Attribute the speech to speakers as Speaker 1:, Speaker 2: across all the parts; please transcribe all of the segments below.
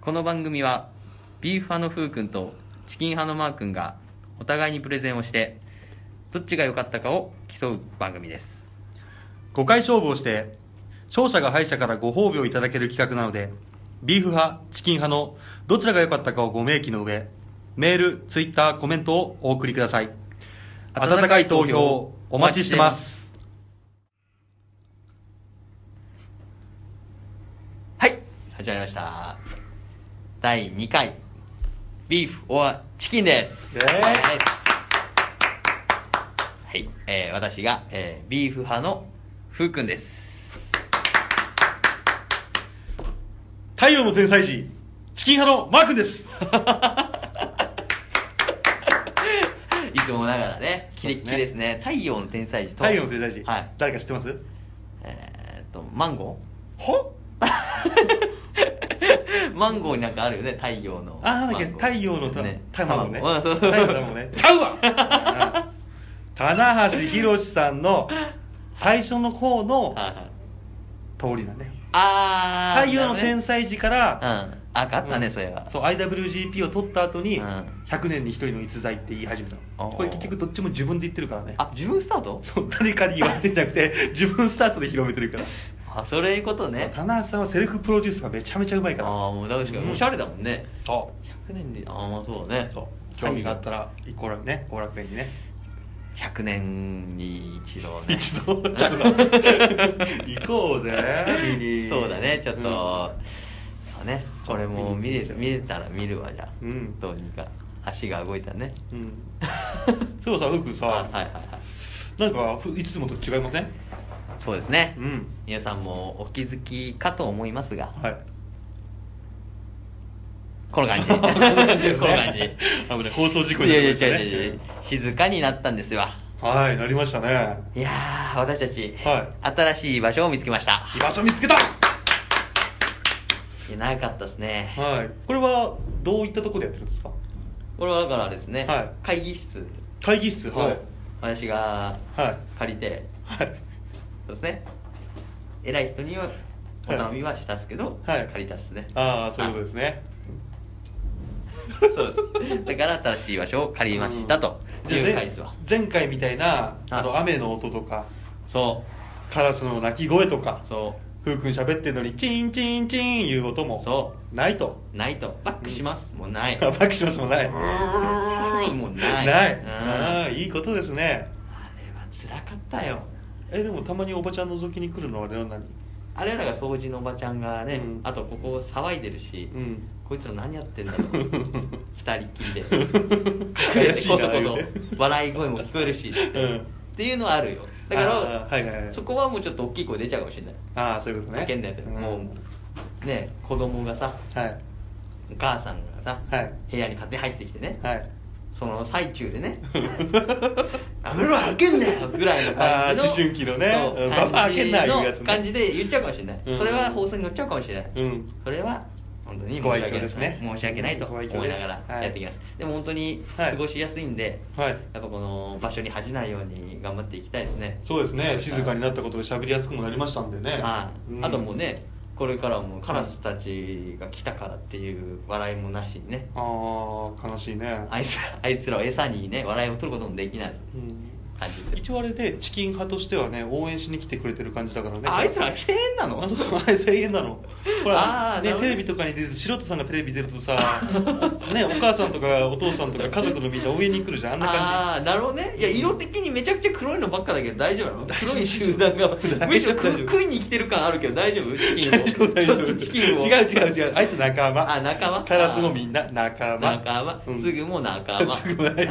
Speaker 1: この番組はビーフ派のふうくんとチキン派のまーくんがお互いにプレゼンをしてどっちが良かったかを競う番組です
Speaker 2: 5回勝負をして勝者が敗者からご褒美をいただける企画なのでビーフ派チキン派のどちらが良かったかをご明記の上メールツイッターコメントをお送りください温かい投票お待ちしてます
Speaker 1: はい始まりました第2回ビーフ or チキンです
Speaker 2: イェーイ
Speaker 1: はい、えー私が、えービーフ派のふうくん です
Speaker 2: 太陽の天才児チキン派のマー君です
Speaker 1: いつもながらねキレッキレですね太陽の天才児と
Speaker 2: 太陽の天才児、
Speaker 1: はい
Speaker 2: 誰か知ってます
Speaker 1: えーっとマンゴ
Speaker 2: ほ
Speaker 1: ー マンゴーになんかあるよね太陽の
Speaker 2: ああなんだっけ
Speaker 1: マンゴー
Speaker 2: 太陽のた
Speaker 1: ね
Speaker 2: 卵ね
Speaker 1: 卵うんそう
Speaker 2: 太陽の 卵ねちゃうわ棚橋宏さんの最初の方の
Speaker 1: はいはい
Speaker 2: 通りだね
Speaker 1: ああ
Speaker 2: 太陽の天才児から、
Speaker 1: うんああったね、それは
Speaker 2: そう IWGP を取った後に、
Speaker 1: うん
Speaker 2: 100年に一人の逸材って言い始めたの
Speaker 1: おー
Speaker 2: これ結局どっちも自分で言ってるからね
Speaker 1: あ自分スタート
Speaker 2: そう誰かに言われてんじゃなく て自分スタートで広めてるから
Speaker 1: あそれいうことね
Speaker 2: 棚橋さんはセルフプロデュースがめちゃめちゃうまい
Speaker 1: あ
Speaker 2: から
Speaker 1: あーもう確か
Speaker 2: うん
Speaker 1: におしゃれだもんね、
Speaker 2: そ
Speaker 1: 100年でああまあそうだね
Speaker 2: うそう興味があったら一行楽ね後楽園にね
Speaker 1: 100年に一度ね
Speaker 2: 一度ちゃうわ 行こうぜ見に
Speaker 1: そうだねちょっと、
Speaker 2: うん
Speaker 1: そうね
Speaker 2: そう
Speaker 1: これも見
Speaker 2: 見に
Speaker 1: れ
Speaker 2: 行く
Speaker 1: 見れたら見るわじゃあ、
Speaker 2: うん
Speaker 1: どうにか足が動いたね
Speaker 2: うんそうさ福さ、
Speaker 1: あ はいはいはい
Speaker 2: なんかふいつもと違いません
Speaker 1: そうですね、
Speaker 2: うん
Speaker 1: 皆さんもお気づきかと思いますが
Speaker 2: はい
Speaker 1: この感じ
Speaker 2: こんな感じです
Speaker 1: こ
Speaker 2: ね
Speaker 1: の感じい
Speaker 2: 危ない放送事故にな
Speaker 1: や
Speaker 2: り
Speaker 1: いや
Speaker 2: ました
Speaker 1: 違う
Speaker 2: ね
Speaker 1: 違う違う静かになったんですよ
Speaker 2: はいなりましたね
Speaker 1: いやー私たち、
Speaker 2: は
Speaker 1: 新しい場所を見つけました
Speaker 2: 居場所見つけた
Speaker 1: いやなかったですね
Speaker 2: はいこれはどういったところでやってるんですか
Speaker 1: これはだからですね、
Speaker 2: はい
Speaker 1: 会議室
Speaker 2: 会議室はい
Speaker 1: を私が
Speaker 2: はい
Speaker 1: 借りて
Speaker 2: はい
Speaker 1: そうですね偉い人にはお頼みはしたっすけど、
Speaker 2: はい
Speaker 1: 借りたっすね
Speaker 2: ああそういうことですね
Speaker 1: そうですだから新しい場所を借りましたと
Speaker 2: うん
Speaker 1: い
Speaker 2: じゃあ
Speaker 1: う
Speaker 2: 前
Speaker 1: 回ですわ
Speaker 2: 前回みたいなあの
Speaker 1: はい
Speaker 2: 雨の音とか
Speaker 1: そ
Speaker 2: カラスの鳴き声とか
Speaker 1: うそ
Speaker 2: ふうくん喋ってるのにチンチンチンいう音も
Speaker 1: うそ
Speaker 2: ないと
Speaker 1: うないとバックします、もうない
Speaker 2: バックしますもんないう
Speaker 1: ーんもうない
Speaker 2: ない
Speaker 1: うん
Speaker 2: ああいいことですね
Speaker 1: あれは辛かったよ
Speaker 2: えでもたまにおばちゃん覗きに来るのはあれは何
Speaker 1: あれはだから掃除のおばちゃんがね、
Speaker 2: うん
Speaker 1: あとここ騒いでるし、
Speaker 2: うん
Speaker 1: こいつら何やってんだ ろう二人っきりで隠れてこそこ
Speaker 2: 怪しいな言うて
Speaker 1: そ笑い声も聞こえるし、
Speaker 2: うん
Speaker 1: っていうのはあるよだか
Speaker 2: あ
Speaker 1: ら
Speaker 2: ーはいはいはい
Speaker 1: そこはもうちょっと大きい声出ちゃうかもしれない
Speaker 2: ああそういうことね
Speaker 1: 叫んだやつ、
Speaker 2: うん
Speaker 1: もうね子供がさ
Speaker 2: はい
Speaker 1: お母さんがさ、
Speaker 2: はい
Speaker 1: 部屋に勝手に入ってきてね、
Speaker 2: はい
Speaker 1: その最中でねやめろ開けんなよぐらいの感じの
Speaker 2: あー思春期のね
Speaker 1: そう
Speaker 2: うんババア開けんないうやつね
Speaker 1: 感じで言っちゃうかもしれない、
Speaker 2: うん
Speaker 1: それは放送に乗っちゃうかもしれない、
Speaker 2: うん
Speaker 1: それは本当に申し
Speaker 2: ご愛
Speaker 1: 訳な
Speaker 2: 嬌
Speaker 1: い
Speaker 2: ですね
Speaker 1: 申し訳ないと
Speaker 2: ご
Speaker 1: 思
Speaker 2: 愛
Speaker 1: い
Speaker 2: 嬌です
Speaker 1: ながらやっていきます、でも本当に
Speaker 2: はい
Speaker 1: 過ごしやすいんで、
Speaker 2: はい
Speaker 1: やっぱこの場所に恥じないように頑張っていきたいですね
Speaker 2: そうですね静かになったことで喋りやすくもなりましたんでね
Speaker 1: はい、
Speaker 2: ん
Speaker 1: あともうねこれからもカラスたちが来たからっていう笑いもなしにね
Speaker 2: ああ悲しいね
Speaker 1: あいつあいつらを餌にね笑いを取ることもできない
Speaker 2: うん
Speaker 1: 感じです
Speaker 2: 一応あれでチキン派としてはね応援しに来てくれてる感じだからね
Speaker 1: ああいつら1000円なの
Speaker 2: あそうそうあれ1000円なのほら
Speaker 1: あーな
Speaker 2: ね
Speaker 1: るほ
Speaker 2: テ
Speaker 1: ど
Speaker 2: レビとかに出ると素人さんがテレビ出るとさねお母さんとかお父さんとか家族のみんな応援に来るじゃんあんな感
Speaker 1: ああーなるほどねいや色的にめちゃくちゃ黒いのばっかだけど大丈夫なの黒い集団がむしろ
Speaker 2: 大丈夫
Speaker 1: 食食いに来てる感あるけど大丈夫チキンを
Speaker 2: じ大
Speaker 1: ち
Speaker 2: 丈
Speaker 1: ょっと
Speaker 2: 夫
Speaker 1: チキンを
Speaker 2: 違う違う違うあいつ仲間
Speaker 1: あ仲間
Speaker 2: カラスもみんな仲間
Speaker 1: 仲間、
Speaker 2: うん
Speaker 1: すぐも仲間
Speaker 2: すぐもない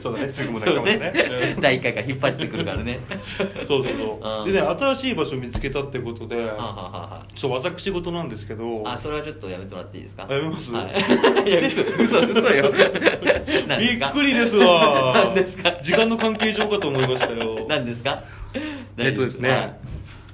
Speaker 2: そ うだねすぐも仲間だねうん
Speaker 1: 第1回から引っ張ってくるから ね
Speaker 2: そうそうそう、
Speaker 1: うん
Speaker 2: でね新しい場所見つけたってことで、
Speaker 1: はあはあはあはあ
Speaker 2: そう私事なんですけど
Speaker 1: あそれはちょっとやめてもらっていいですか
Speaker 2: やめます
Speaker 1: はいい や嘘嘘嘘よ 何で
Speaker 2: び
Speaker 1: すか
Speaker 2: っくりですわ
Speaker 1: 何ですか
Speaker 2: 時間の関係上かと思いましたよ
Speaker 1: 何ですか
Speaker 2: えっとですね、
Speaker 1: はい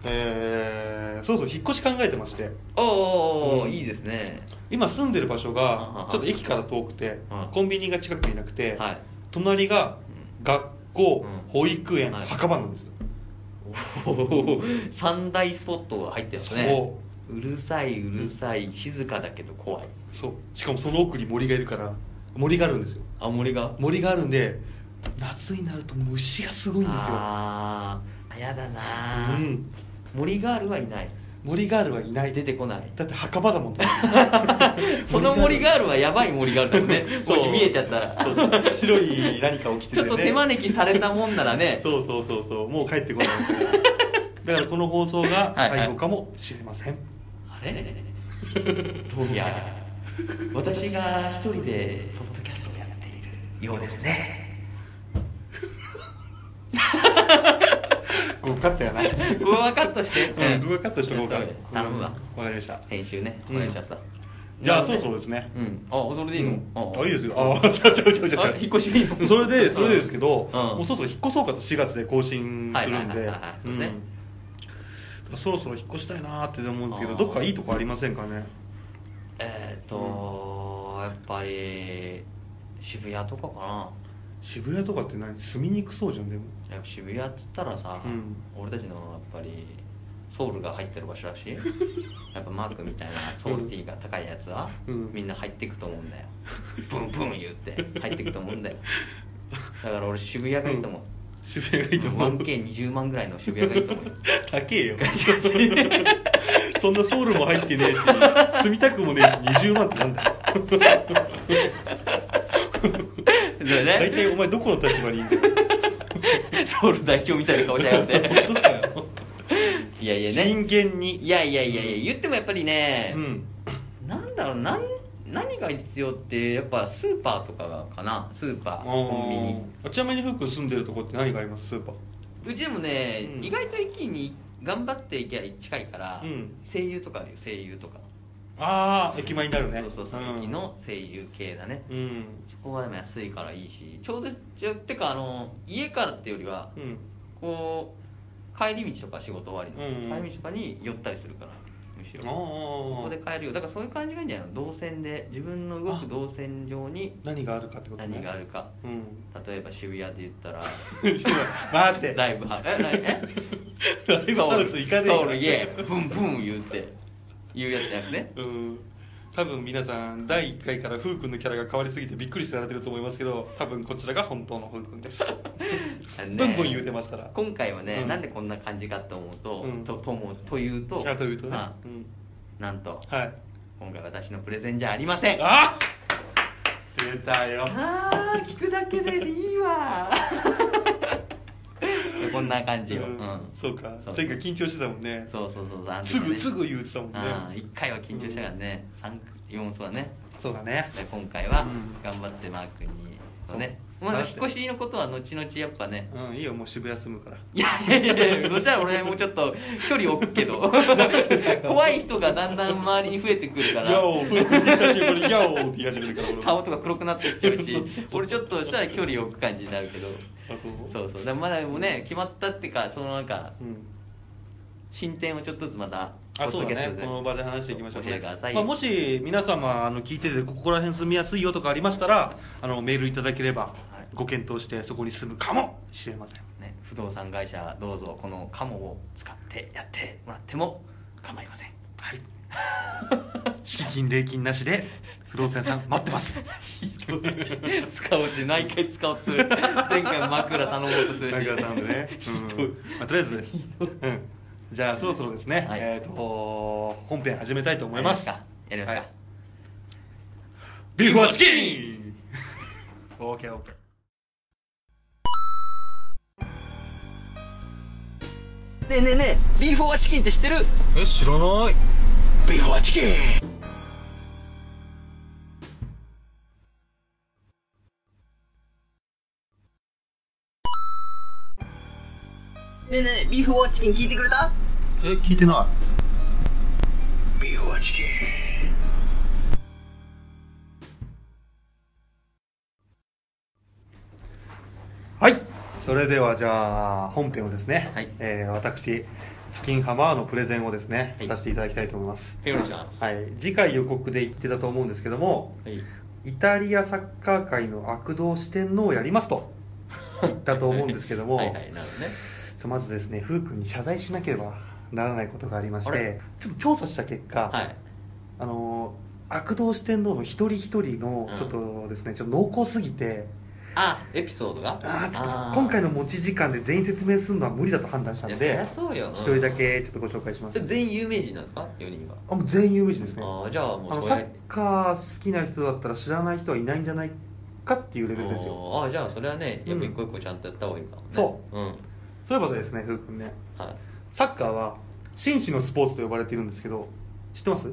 Speaker 2: えーそうそう引っ越し考えてまして
Speaker 1: おーおーおー
Speaker 2: うん
Speaker 1: いいですね
Speaker 2: 今住んでる場所
Speaker 1: うんうんう
Speaker 2: が
Speaker 1: ん
Speaker 2: ちょっと駅から遠くて
Speaker 1: うん
Speaker 2: コンビニが近くになくて、
Speaker 1: はい
Speaker 2: 隣が学校
Speaker 1: うん
Speaker 2: 保育園、
Speaker 1: はい
Speaker 2: 墓場なんですよ、
Speaker 1: おー三大スポットが入ってますね
Speaker 2: そう
Speaker 1: うるさいうるさい静かだけど怖い
Speaker 2: そうしかもその奥に森がいるから森があるんですよ
Speaker 1: あ森が
Speaker 2: 森があるんで夏になると虫がすごいんですよ
Speaker 1: あーあやだなー、
Speaker 2: うん
Speaker 1: 森ガールはいない
Speaker 2: 森ガールはいない
Speaker 1: 出てこ ない
Speaker 2: だって墓場だもん
Speaker 1: その森ガー
Speaker 2: ル
Speaker 1: ルはやばい森ガールだもん ねもし見えちゃったら
Speaker 2: ら白い何かを着
Speaker 1: ち
Speaker 2: てて、
Speaker 1: ょっ
Speaker 2: ね、
Speaker 1: と手招きされたもんならね
Speaker 2: そうそうそうそうもう帰ってこないみたい なだからこの放送
Speaker 1: は
Speaker 2: が
Speaker 1: いはい
Speaker 2: 最後かもしれません、
Speaker 1: あれいや私が一人でポッドキャストをやっているようですね
Speaker 2: こうカットやなう
Speaker 1: うわカットして、
Speaker 2: ん動画カットしとこうか
Speaker 1: 頼むわ、
Speaker 2: わかりました
Speaker 1: 編集ねお
Speaker 2: うん
Speaker 1: 願いしますわ
Speaker 2: じゃあそろそろですね
Speaker 1: うんあそれでいいの、
Speaker 2: あいいですよああちゃうちゃうちゃうちゃう
Speaker 1: あ引っ越しでいいの
Speaker 2: それでそれでですけど、
Speaker 1: ん
Speaker 2: もうそろそろ引っ越そうかと4月で更新するん
Speaker 1: はいはいはい
Speaker 2: で
Speaker 1: はいそう
Speaker 2: う
Speaker 1: で
Speaker 2: ん
Speaker 1: すね
Speaker 2: だからそろそろ引っ越したいなーって思うんですけ
Speaker 1: あ
Speaker 2: ど
Speaker 1: ー
Speaker 2: どっかいいとこありませんかね
Speaker 1: えーっと、やっぱり渋谷とかかな
Speaker 2: 渋谷とかって何住みにくそうじゃんでも
Speaker 1: やっぱ渋谷っつったらさ、
Speaker 2: うん
Speaker 1: 俺たちのやっぱりソウルが入ってる場所だ しやっぱマークみたいなソウルティーが高いやつは、
Speaker 2: うん
Speaker 1: みんな入ってくと思うんだよブンブン言って入ってくと思うんだよだから俺渋谷がいいと思う、
Speaker 2: 渋谷がいいと思う
Speaker 1: 1K20 万ぐらいの渋谷がいいと思うよ
Speaker 2: 高えよ
Speaker 1: ガチガチ
Speaker 2: そんなソウルも入ってねえし住みたくもねえし20万ってなんだよ
Speaker 1: で
Speaker 2: 大
Speaker 1: ね
Speaker 2: 体お前どこの立場にいんだよ
Speaker 1: ソウル代表みたいな顔しやがって
Speaker 2: 本当だよ
Speaker 1: いやいやね
Speaker 2: 人間に
Speaker 1: いやいやいやいや言ってもやっぱりね
Speaker 2: う、ん
Speaker 1: なんだろうなん何が必要ってやっぱスーパーとかがかなスーパーコンビニ
Speaker 2: あーちなみにふっくん住んでるとこって何がありますスーパー
Speaker 1: うちでもね、
Speaker 2: うん
Speaker 1: 意外と駅に頑張っていきゃ近いから、
Speaker 2: うん
Speaker 1: 声優とかで声優とか
Speaker 2: ああ駅前になるね
Speaker 1: そうそうそう、
Speaker 2: ん
Speaker 1: 駅の声優系だね
Speaker 2: うん
Speaker 1: そこはでも安いからいいしちょうどじゃてかあの家からってよりは
Speaker 2: うん
Speaker 1: こう帰り道とか仕事終わりの、
Speaker 2: うんうん
Speaker 1: 帰り道とかに寄ったりするからむし
Speaker 2: あ
Speaker 1: ろここで
Speaker 2: あ
Speaker 1: 帰るよだからそういう感じがいいんじゃないの動線で自分の動く動線上に
Speaker 2: 何があるかってことね
Speaker 1: 何があるか
Speaker 2: うん
Speaker 1: 例えば渋谷で言ったら
Speaker 2: ちょっと待って
Speaker 1: ライブハウスえ何え
Speaker 2: ライブハウス行かねえから
Speaker 1: ソウルイエーブンブン言うて言うやつじゃなくね
Speaker 2: うん多分皆さん第1回からふうくんのキャラが変わりすぎてびっくりしてられてると思いますけど多分こちらが本当のふうくんです
Speaker 1: あのね
Speaker 2: ブンブン言うてますから
Speaker 1: 今回はね、
Speaker 2: うん
Speaker 1: なんでこんな感じかと思うと、
Speaker 2: うん
Speaker 1: とともというと
Speaker 2: あというとね
Speaker 1: あ
Speaker 2: うん
Speaker 1: なんと
Speaker 2: はい
Speaker 1: 今回私のプレゼンじゃありませんあ
Speaker 2: あ出たよ
Speaker 1: あー聞くだけでいいわ こんな感じよ、うん
Speaker 2: そうか
Speaker 1: そう
Speaker 2: 前回緊張してたもんね
Speaker 1: そうそうそうそうあの時
Speaker 2: す
Speaker 1: ね
Speaker 2: ぐすぐ言うてたもん
Speaker 1: あ
Speaker 2: ね
Speaker 1: 1回は緊張したからね、三妹はね
Speaker 2: そうだね
Speaker 1: で今回は
Speaker 2: うん
Speaker 1: 頑張ってマー君に、
Speaker 2: そう
Speaker 1: ねまあ
Speaker 2: だっ
Speaker 1: 引って越しのことは後々やっぱね
Speaker 2: うんいいよもう渋谷住むから
Speaker 1: いやいやいやそしたら俺もうちょっと距離置くけ ど怖い人がだんだん周りに増えてくるから
Speaker 2: ヤオふうくん久しぶりヤオーって言い始めるから俺 も
Speaker 1: 顔とか黒くなってきちゃうし
Speaker 2: そうそう
Speaker 1: 俺ちょっとしたら距離置く感じになるけど
Speaker 2: あそう
Speaker 1: そうそうだからまだもうね決まったっていうかそのなんか
Speaker 2: うん
Speaker 1: 進展をちょっとずつまた
Speaker 2: あそうだ
Speaker 1: ポッドキ
Speaker 2: ね
Speaker 1: ャストで
Speaker 2: この場で話していきましょう
Speaker 1: 教えてください
Speaker 2: まあ、もし皆様あの聞いててここら辺住みやすいよとかありましたらあのメールいただければ、
Speaker 1: い
Speaker 2: ご検討してそこに住むかもしれません
Speaker 1: ね、不動産会社どうぞこのカモを使ってやってもらっても構いません
Speaker 2: はい敷金礼金なしで不動産屋さん待ってます
Speaker 1: 使おうし毎回使おうとする前回枕頼もうとするし
Speaker 2: 中田さんで ね、うんまあ、とりあえず、うん、じゃあそろそろですね、
Speaker 1: はい
Speaker 2: えっ、と本編始めたいと思います
Speaker 1: やりますかやりますか、
Speaker 2: はいビーフはチキン !OKOK
Speaker 3: ねえねえねえ、ビーフォアチキンって知ってる
Speaker 2: え知らない
Speaker 3: ビーフォアチキンねえねえ、ビーフォアチキン聞いてくれた
Speaker 2: え聞いてない
Speaker 3: ビーフォアチキン。
Speaker 2: はい、それではじゃあ本編をですね、
Speaker 1: はい
Speaker 2: えー私チキンハマーのプレゼンをですね、
Speaker 1: はい
Speaker 2: させていただきたいと思います。
Speaker 1: はいお願いします
Speaker 2: はい、次回予告で言ってたと思うんですけども、
Speaker 1: はい
Speaker 2: イタリアサッカー界の悪道四天王をやりますと言ったと思うんですけど も、
Speaker 1: はいはいなるほどね
Speaker 2: ちょまずですね、フー君に謝罪しなければならないことがありまし
Speaker 1: あ
Speaker 2: て
Speaker 1: れ
Speaker 2: ちょっと調査した結果、
Speaker 1: はい
Speaker 2: あのー悪道四天王の一人一人の
Speaker 1: うん
Speaker 2: ちょっとですね、ちょっと濃厚すぎて
Speaker 1: あエピソードが
Speaker 2: あーちょっと今回
Speaker 1: の
Speaker 2: の持ち時間で全員説明するのは無理だと判断したので
Speaker 1: そうよ
Speaker 2: 一人だけちょっとご紹介します
Speaker 1: うん全員有名人なんですか4人は
Speaker 2: あもう全員有名人ですね
Speaker 1: ああじゃあもう
Speaker 2: あの
Speaker 1: こ
Speaker 2: サ
Speaker 1: れ
Speaker 2: ッカー好きな人だったら知らない人はいないんじゃないかっていうレベルですよ
Speaker 1: ああじゃあそれはねやっぱ一個一個ちゃんとやった方がいいかも、ね
Speaker 2: うんそう
Speaker 1: うんはい
Speaker 2: そういえばですねふうくんねサッカーは紳士のスポーツと呼ばれているんですけど知ってます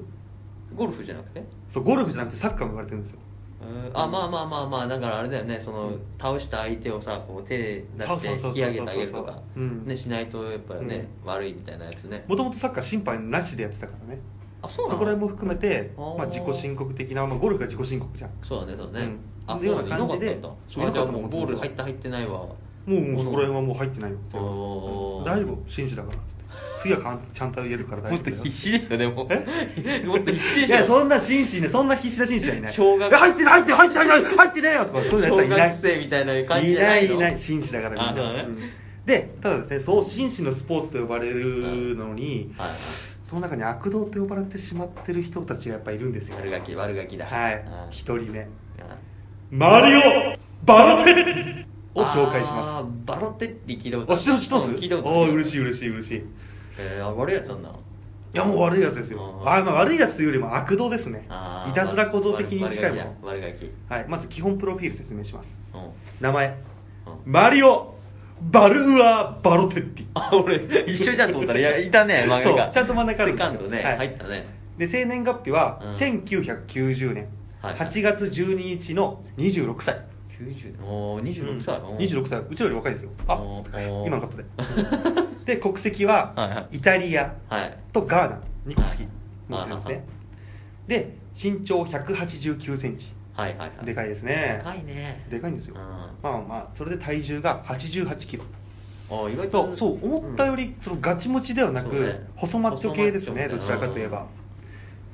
Speaker 1: ゴルフじゃなくて、
Speaker 2: そうゴルフじゃなくてサッカーも呼ばれてるんですよ
Speaker 1: うんあまあまあまあまあだからあれだよねその、
Speaker 2: うん
Speaker 1: 倒した相手をさこう手出
Speaker 2: そう
Speaker 1: し
Speaker 2: そ
Speaker 1: て
Speaker 2: うそうそうそう
Speaker 1: 引き上げてあげるとか
Speaker 2: うん
Speaker 1: ねしないとやっぱりね、悪いみたいなやつね
Speaker 2: もともとサッカー審判なしでやってたからね
Speaker 1: あそ
Speaker 2: そう
Speaker 1: なの
Speaker 2: こら辺も含めて
Speaker 1: あー
Speaker 2: まあ、自己申告的な、まあ、ゴルフが自己申告じゃん
Speaker 1: そうだねそうだ
Speaker 2: う
Speaker 1: ね
Speaker 2: ん、
Speaker 1: あ
Speaker 2: っ
Speaker 1: そ
Speaker 2: て
Speaker 1: う
Speaker 2: いう
Speaker 1: な
Speaker 2: よ
Speaker 1: ん
Speaker 2: う
Speaker 1: だ
Speaker 2: ない
Speaker 1: な
Speaker 2: 感
Speaker 1: か
Speaker 2: じ
Speaker 1: ったんだ
Speaker 2: で
Speaker 1: あじゃあもうボール入ったた入ってないわ
Speaker 2: もうもうそこら辺はもう入ってないよ
Speaker 1: おお
Speaker 2: 大丈夫紳士だからっつって次はかんちゃんと言えるから大丈夫だよ
Speaker 1: 死でしょでももっと必死
Speaker 2: いやそんな紳士ねそんな必死な紳士はいない
Speaker 1: 小学
Speaker 2: え入ってる入ってる入ってる入ってる入ってねえよとかそういうやつはい
Speaker 1: 小
Speaker 2: ない
Speaker 1: 学生みたいな感じじ
Speaker 2: い
Speaker 1: ゃ
Speaker 2: な
Speaker 1: ないい
Speaker 2: い
Speaker 1: の
Speaker 2: ない紳士だからみんな、
Speaker 1: あそう
Speaker 2: う
Speaker 1: ね
Speaker 2: んでただですねそう紳士のスポーツと呼ばれるのに
Speaker 1: はい
Speaker 2: その中に悪道と呼ばれてしまってる人たちがやっぱいるんですよ
Speaker 1: 悪ガキ悪ガキだ
Speaker 2: はい
Speaker 1: あ
Speaker 2: 一人目
Speaker 1: あ
Speaker 2: マリオバロテッリを紹介し
Speaker 1: あ
Speaker 2: ま
Speaker 1: ーバロテッリ聞いたこと
Speaker 2: すあ知ってます知ってます
Speaker 1: うん聞いたこと
Speaker 2: ああ嬉し
Speaker 1: い
Speaker 2: い嬉しい嬉しいい
Speaker 1: えーあ悪いやつなんだ
Speaker 2: やもう悪いやつですよ
Speaker 1: うん
Speaker 2: あーまあ悪いやつというよりも悪道ですね
Speaker 1: あー
Speaker 2: いたずら小僧的に近いもの
Speaker 1: 悪ガキだ悪ガキ
Speaker 2: はいまず基本プロフィール説明します
Speaker 1: うん
Speaker 2: 名前
Speaker 1: うん
Speaker 2: マリオバルフア・バロテッリ
Speaker 1: あ俺一緒じゃんと思ったらいやいたね漫
Speaker 2: そ
Speaker 1: 画
Speaker 2: う
Speaker 1: が
Speaker 2: ちゃんと真ん中ある
Speaker 1: セカ
Speaker 2: んですよ
Speaker 1: ンドね
Speaker 2: はい
Speaker 1: 入ったね
Speaker 2: で生年月日は
Speaker 1: うん
Speaker 2: 1990年
Speaker 1: はい
Speaker 2: 8月12日の26歳
Speaker 1: 90おお26歳
Speaker 2: うん26歳うちらより若いですよあ
Speaker 1: おー
Speaker 2: 今の方でで国籍は
Speaker 1: はいはい
Speaker 2: イタリア
Speaker 1: はい
Speaker 2: とガーナ2国籍持ってるんです
Speaker 1: は
Speaker 2: ね
Speaker 1: い
Speaker 2: で身長1 8 9センチ
Speaker 1: はいはいはい
Speaker 2: でかいです
Speaker 1: で
Speaker 2: ね
Speaker 1: かいね
Speaker 2: でかいんです
Speaker 1: う
Speaker 2: よ
Speaker 1: んあ
Speaker 2: まあまあそれで体重が8 8キロ
Speaker 1: ー意外
Speaker 2: と
Speaker 1: と
Speaker 2: そう思ったよりそのガチ持ちではな
Speaker 1: そう
Speaker 2: く
Speaker 1: ね
Speaker 2: 細マッチョ系ですね
Speaker 1: 細
Speaker 2: ど
Speaker 1: マッ
Speaker 2: ち
Speaker 1: チョ
Speaker 2: らかといえば